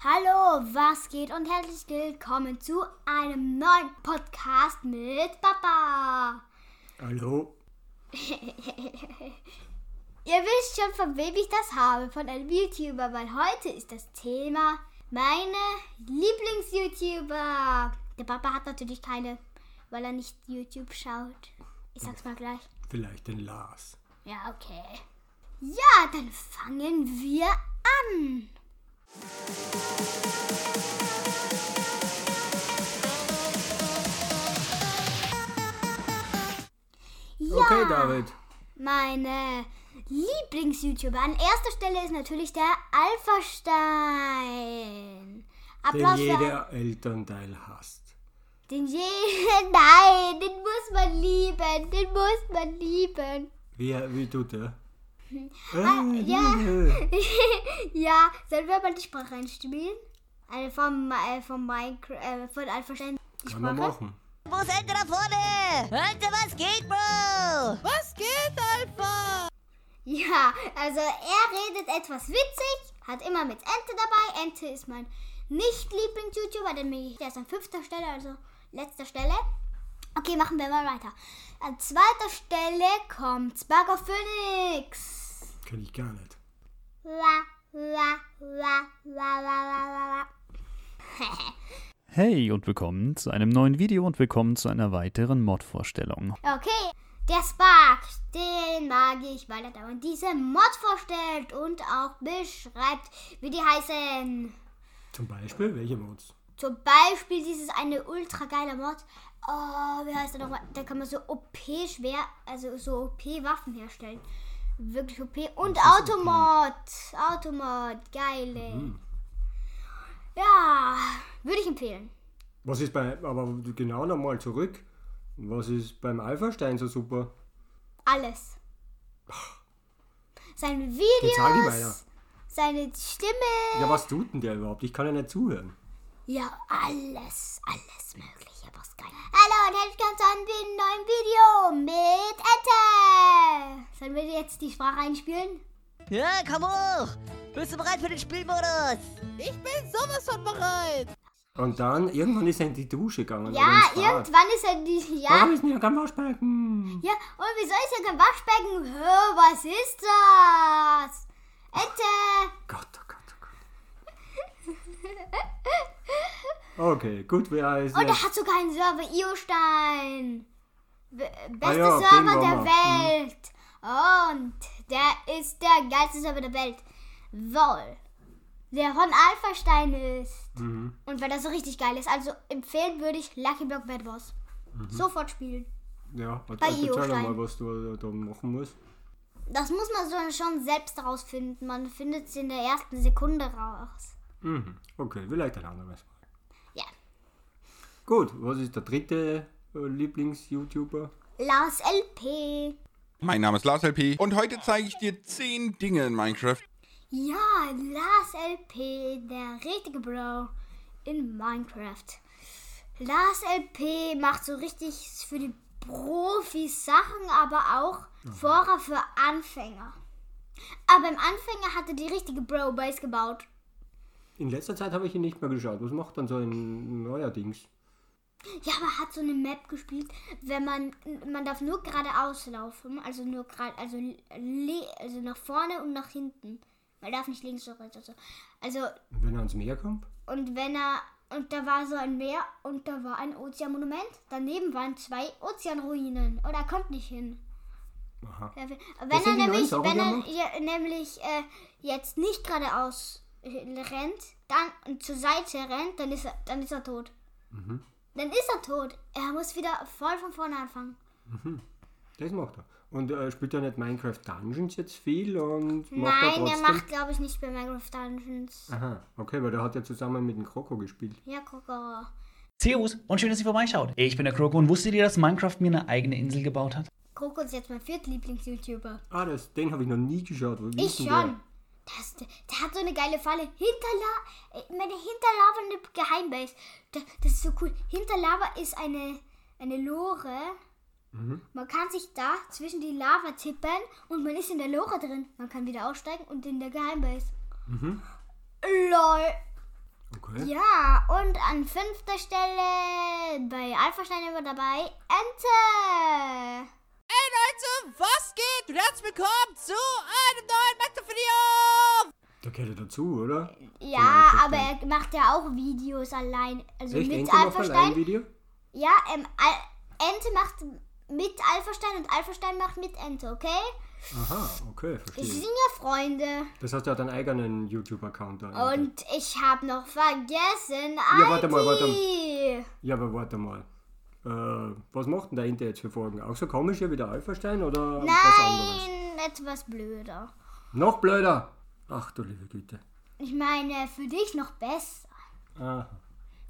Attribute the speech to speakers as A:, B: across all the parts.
A: Hallo, was geht und herzlich willkommen zu einem neuen Podcast mit Papa.
B: Hallo?
A: Ihr wisst schon, von wem ich das habe, von einem YouTuber, weil heute ist das Thema meine Lieblings-YouTuber. Der Papa hat natürlich keine, weil er nicht YouTube schaut. Ich sag's mal gleich.
B: Vielleicht den Lars.
A: Ja, okay. Ja, dann fangen wir an. Ja,
B: Okay, David.
A: meine Lieblings-YouTuber. An erster Stelle ist natürlich der Alphastein.
B: Den
A: Applaus für,
B: jeder Elternteil hasst.
A: den jeden. Nein, den muss man lieben. Den muss man lieben.
B: Wie, wie tut er?
A: Hm. Ah,
B: Äh,
A: ja. ja, sollen wir mal die Sprache einspielen? Eine von, äh, von Minecraft, äh, von Alphastein. Die
B: Kann man
A: Sprache?
B: machen.
C: Bus, Alter, nach vorne! Alter, was geht, Bro? Was geht, Alpha?
A: Ja, also er redet etwas witzig, hat immer mit Ente dabei. Ente ist mein Nicht-Lieblings-YouTuber, denn bin ich erst an fünfter Stelle, also letzter Stelle. Okay, machen wir mal weiter. An zweiter Stelle kommt Spargo Phoenix.
B: Kenn ich gar nicht.
A: La, la, la, la, la, la, la, la.
D: Hey und willkommen zu einem neuen Video und willkommen zu einer weiteren Mod-Vorstellung.
A: Okay, der Spark, den mag ich, weil er dauernd diese Mod vorstellt und auch beschreibt, wie die heißen.
B: Zum Beispiel, welche Mods?
A: Zum Beispiel dieses eine ultra geile Mod. Oh, wie heißt der nochmal? Da kann man so OP-Schwer, also so OP-Waffen herstellen. Wirklich OP. Und Automod. Automod, geile. Ja, würde ich empfehlen.
B: Was ist bei, aber genau nochmal zurück, was ist beim Alphastein so super?
A: Alles. Seine
B: Jetzt sag ich mal, ja.
A: Videos, seine Stimme.
B: Ja, was tut denn der überhaupt? Ich kann ja nicht zuhören.
A: Ja, alles, alles Mögliche, was geil. Hallo und herzlich willkommen zu einem neuen Video mit Ette. Sollen wir jetzt die Sprache einspielen?
C: Ja, komm hoch! Bist du bereit für den Spielmodus?
E: Ich bin sowas von bereit.
B: Und dann, irgendwann ist er in die Dusche gegangen.
A: Ja,
B: oder ins Bad.
A: irgendwann ist er die. Ja,
B: Warum ist denn hier kein Waschbecken?
A: ja. Und wieso ist er kein Waschbecken? Hö, was ist das? Ette.
B: Gott, oh Gott, oh Gott. Okay, gut, wer heißt
A: Und
B: jetzt?
A: er hat sogar einen Server, Iostein. B- Bester
B: Ah ja, auf den
A: Server der
B: waren wir. Mhm.
A: Welt. Und der ist der geilste Server der Welt. Woll. Der von Alphastein ist.
B: Mhm.
A: Und weil das so richtig geil ist. Also empfehlen würde ich Lucky Block Bad Boss.
B: Mhm.
A: Sofort spielen.
B: Ja, also
A: Bei
B: erzähl
A: Iostein.
B: mal, was du da machen musst.
A: Das muss man so schon selbst rausfinden. Man findet es in der ersten Sekunde raus.
B: Mhm. Okay, vielleicht ein anderes Mal.
A: Ja.
B: Gut, was ist der dritte äh, Lieblings-YouTuber?
A: Lars LP.
F: Mein Name ist Lars LP und heute zeige ich dir 10 Dinge in Minecraft,
A: Ja, Lars LP, der richtige Bro in Minecraft. Lars LP macht so richtig für die Profis Sachen, aber auch Fora für Anfänger. Aber im Anfänger hatte die richtige Bro-Base gebaut.
B: In letzter Zeit habe ich ihn nicht mehr geschaut. Was macht dann so ein neuerdings?
A: Ja, aber hat so eine Map gespielt, wenn man man darf nur geradeaus laufen, also nur gerade also le- also nach vorne und nach hinten. Man darf nicht links oder rechts oder so. Also
B: Wenn er ans Meer kommt?
A: Und wenn er. Und da war so ein Meer und da war ein Ozeanmonument. Daneben waren zwei Ozeanruinen. Und er konnte nicht hin.
B: Aha.
A: Wenn
B: Das
A: er
B: sind die
A: nämlich,
B: neuen
A: wenn er
B: Saurobier
A: ja, nämlich äh, jetzt nicht geradeaus äh, rennt, dann und zur Seite rennt, dann ist er, dann ist er tot.
B: Mhm.
A: Dann ist er tot. Er muss wieder voll von vorne anfangen.
B: Das macht er. Und äh, spielt er nicht Minecraft Dungeons jetzt viel und macht er
A: Nein, er
B: trotzdem?
A: macht, glaube ich, nicht bei Minecraft Dungeons.
B: Aha, okay, weil der hat ja zusammen mit dem Kroko gespielt.
A: Ja, Koko.
G: Servus und schön, dass ihr vorbeischaut. Ich bin der Kroko und wusstet ihr, dass Minecraft mir eine eigene Insel gebaut hat?
A: Koko ist jetzt mein Viertlieblings-YouTuber.
B: Ah, das, den habe ich noch nie geschaut. Wie
A: Ich
B: ist denn der?
A: schon. Das, der hat so eine geile Falle. Hinter La äh, meine hinterlavende Geheimbase. Das, das ist so cool. Hinter Lava ist eine, eine Lore.
B: Mhm.
A: Man kann sich da zwischen die Lava tippen und man ist in der
B: Mhm.
A: Lore drin. Man kann wieder aussteigen und in der Geheimbase. LOL.
B: Jawohl.
A: Ja, und an fünfter Stelle bei Alpha-Steine war dabei Ente.
E: Hey Leute, was geht? Und herzlich willkommen zu einem neuen Minecraft-Video!
B: Da gehört er dazu, oder?
A: Ja,
B: Alpha
A: aber er macht ja auch Videos allein. Also
B: Echt?
A: mit
B: Ente macht allein
A: Alpha-Stein.
B: Video?
A: Ja, ähm, Al Ente macht mit Alpha-Stein und Alpha-Stein macht mit Ente, okay?
B: Aha, okay,
A: Sie sind
B: verstehe.
A: ja Freunde.
B: Das heißt, er hat einen eigenen YouTube-Account. da.
A: Und ich habe noch vergessen,
B: Ja, warte mal, warte mal.
A: Aldi.
B: Ja, aber warte mal. Äh, was macht denn der Ente jetzt für Folgen? Auch so komisch hier wie der Alphastein oder was anderes?
A: Nein, etwas blöder.
B: Noch blöder! Ach du liebe Güte.
A: Ich meine, für dich noch besser.
B: Ah,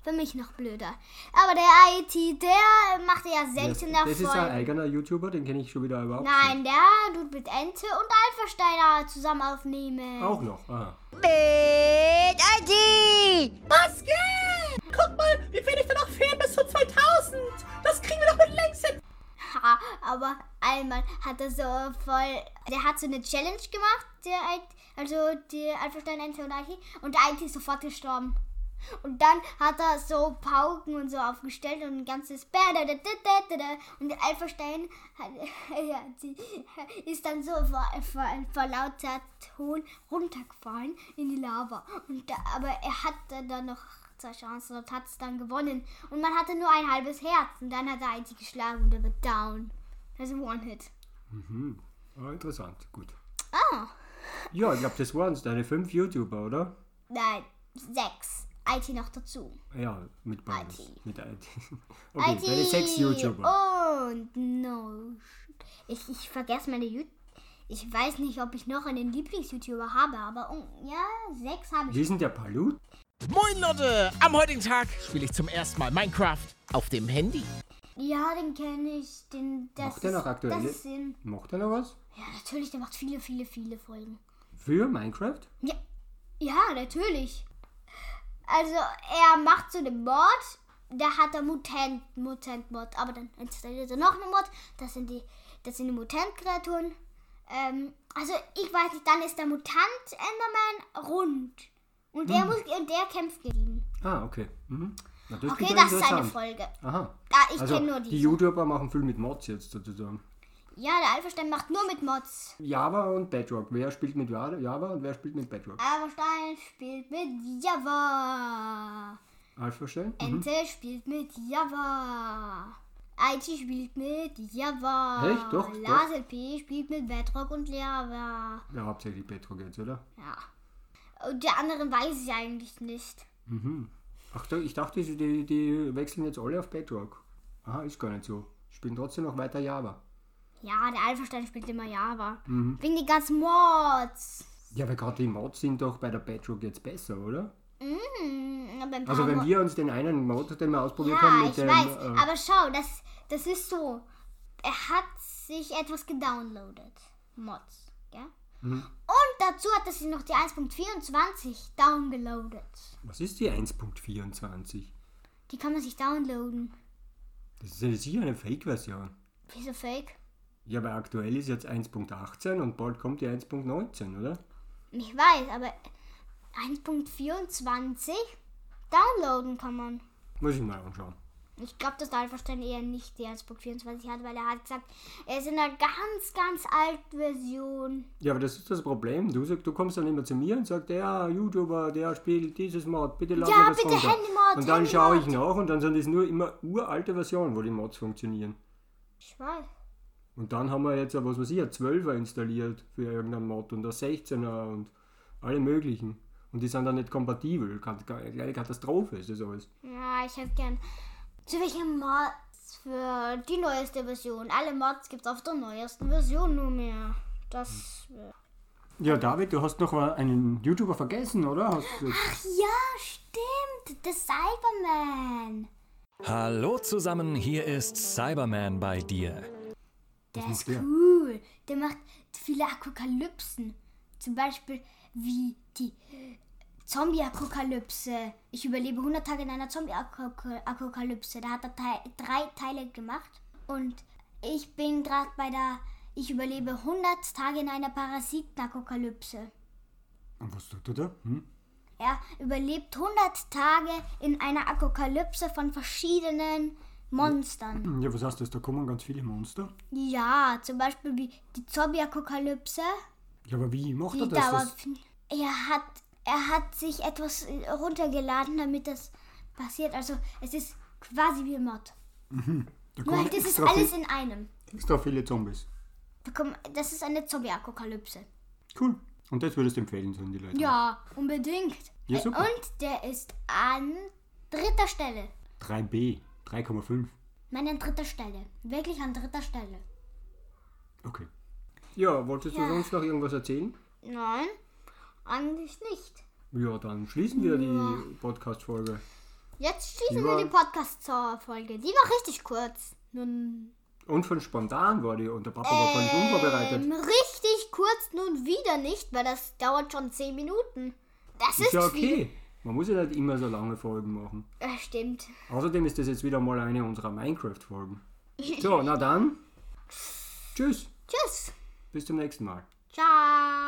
A: Für mich noch blöder. Aber der IT, der macht ja
B: das,
A: seltener
B: das ist ein
A: Folgen.
B: eigener YouTuber, den kenne ich schon wieder überhaupt
A: Nein, der tut mit Ente und Alphasteiner zusammen aufnehmen.
B: nicht. Auch noch, ah.
C: Mit ID!
E: Was geht? Guck mal, wie viel ich da noch fehlen bis zu 2000! Das kriegen wir doch mit längst hin!
A: Ha, aber einmal hat er so voll. Der hat so eine Challenge gemacht, der IT, also die Alphastein Ente und IT. Und der IT ist sofort gestorben. Und dann hat er so Pauken und so aufgestellt und ein ganzes Bär. da, da, da, da, da, da. Und der Alphastein hat, ja, die, ist dann so vor, vor, vor lauter Ton runtergefallen in die Lava. Und da, aber er hatte dann noch zwei Chancen und hat es dann gewonnen. Und man hatte nur ein halbes Herz. Und dann hat er IT geschlagen und er wird down. Also One-Hit.
B: ah interessant, gut. Ah. Ja, ich glaube, das waren deine fünf YouTuber, oder?
A: Nein, sechs. IT noch dazu.
B: Ja, mit beides.
A: IT.
B: Mit IT. Okay, deine sechs YouTuber.
A: Oh. Und no. Ich, ich vergesse meine YouTube. Ich weiß nicht, ob ich noch einen Lieblings-YouTuber habe, aber um, ja, sechs habe ich.
B: Wie ist denn der Palut?
H: Moin Leute, am heutigen Tag spiele ich zum ersten Mal Minecraft auf dem Handy.
A: Ja, den kenne ich. Den, das
B: Macht der
A: ist,
B: noch aktuelle?
A: Das ist in,
B: Macht er noch was?
A: ja, natürlich, der macht viele, viele, viele Folgen.
B: Für Minecraft?
A: Ja, ja natürlich. Also, er macht so den Mod. Da hat er Mutant, Mutant Mod. Aber dann installiert er noch eine Mod. Das sind die, das sind die Mutant-Kreaturen. Ähm, also, ich weiß nicht, dann ist der Mutant Enderman rund. Und
B: Hm.
A: der, muss, und der kämpft gegen ihn.
B: Ah, okay. Mhm. Na, das
A: Okay,
B: klingt ja
A: das ist eine
B: interessant.
A: Folge.
B: Aha.
A: Ah, ich
B: also,
A: kenne nur
B: die.
A: diese.
B: Die YouTuber machen viel mit Mods jetzt sozusagen.
A: ja, der Alphastein macht nur mit Mods.
B: Java und Bedrock. Wer spielt mit Java Java und wer spielt mit Bedrock?
A: Alphastein spielt mit Java.
B: Alpha Stein? Mhm.
A: Ente spielt mit Java. IT spielt mit Java.
B: Echt? Doch, doch.
A: Lars LP spielt mit Bedrock und Java.
B: Ja, hauptsächlich Bedrock jetzt, oder?
A: Ja. Und der anderen weiß ich eigentlich nicht.
B: Ach, da- ich dachte, sie- die, die wechseln jetzt alle auf Bedrock. Aha, ist gar nicht so. Spielen trotzdem noch weiter Java.
A: Ja, der Alphastein spielt immer Java.
B: Mhm.
A: Wegen den ganzen Mods.
B: Ja, weil gerade die Mods sind doch bei der Bedrock jetzt besser, oder?
A: Mhm, aber ein
B: Also
A: paar
B: wenn
A: Mo-
B: wir uns den einen Mod, den wir ausprobiert haben,
A: Ja,
B: mit
A: ich
B: dem...
A: weiß.
B: äh,
A: aber schau, das, das ist so. Er hat sich etwas gedownloadet. Mods. Ja?
B: Mhm.
A: Und dazu hat er sich noch die 1.24 downloadet.
B: was ist die 1.24?
A: Die kann man sich downloaden.
B: Das ist ja sicher eine Fake-Version.
A: Wieso fake?
B: Ja, aber aktuell ist jetzt 1.18 und bald kommt die 1.19, oder?
A: Ich weiß, aber 1.24 downloaden kann man.
B: Muss ich mal anschauen.
A: Ich glaube, dass der Alphastein eher nicht die 1.24 hat, weil er hat gesagt, er ist in einer ganz, ganz alten Version.
B: Ja, aber das ist das Problem. Du, sag, du kommst dann immer zu mir und sagst, der YouTuber, der spielt dieses Mod, bitte lass
A: Ja,
B: mir das
A: bitte
B: runter.
A: Handymod,
B: und dann
A: Handymod.
B: schaue ich nach und dann sind es nur immer uralte Versionen, wo die Mods funktionieren.
A: Ich weiß.
B: Und dann haben wir jetzt, was weiß ich, ein 12er installiert für irgendeinen Mod und ein 16er und alle möglichen. Und die sind dann nicht kompatibel. Kat- Eine Katastrophe ist das alles.
A: Ja, ich hätte gern. Zu welchen Mods für die neueste Version? Alle Mods gibt es auf der neuesten Version nur mehr. Das.
B: Ja, David, du hast noch mal einen YouTuber vergessen, oder? Hast du-
A: Ja, stimmt. Der Cyberman.
I: Hallo zusammen, hier ist Cyberman bei dir.
A: Der ist
B: der?
A: cool. Der macht viele Apokalypsen. Zum Beispiel wie die Zombie-Apokalypse. Ich überlebe 100 Tage in einer Zombie-Apokalypse. Da hat er Teil, drei Teile gemacht. Und ich bin gerade bei der Ich überlebe 100 Tage in einer Parasiten-Apokalypse.
B: Und was tut er da? Hm?
A: Er überlebt 100 Tage in einer Apokalypse von verschiedenen Monstern.
B: Ja, was heißt das? Da kommen ganz viele Monster.
A: Ja, zum Beispiel wie die Zombie-Apokalypse.
B: Ja, aber wie macht er
A: Die
B: das?
A: dauert.
B: das?
A: Er hat, er hat sich etwas äh, runtergeladen, damit das passiert. Also es ist quasi wie ein Mod.
B: Da
A: Nur
B: kommen
A: halt, das ist
B: extra viel-
A: alles in einem.
B: extra viele Zombies.
A: Wir kommen- Das ist eine Zombie-Apokalypse.
B: Cool. Und das würdest du empfehlen, sollen die Leute.
A: Ja, unbedingt.
B: Ja, super.
A: Und der ist an dritter Stelle.
B: 3B, 3,5.
A: Nein, an dritter Stelle. Wirklich an dritter Stelle.
B: Okay. Ja, wolltest du sonst noch irgendwas erzählen?
A: Nein, eigentlich nicht.
B: Ja, dann schließen wir die Podcast-Folge.
A: Jetzt schließen
B: Die
A: wir
B: war-
A: die Podcast-Folge. Die war richtig kurz. Nun,
B: Und von spontan war die und der Papa war völlig unvorbereitet.
A: ähm, richtig kurz nun wieder nicht, weil das dauert schon 10 Minuten. Das ist,
B: Ist ja
A: viel.
B: okay. Man muss ja nicht immer so lange Folgen machen.
A: Äh, stimmt.
B: Außerdem ist das jetzt wieder mal eine unserer Minecraft-Folgen. So, na dann. Tschüss.
A: Tschüss.
B: Bis zum nächsten Mal.
A: Ciao.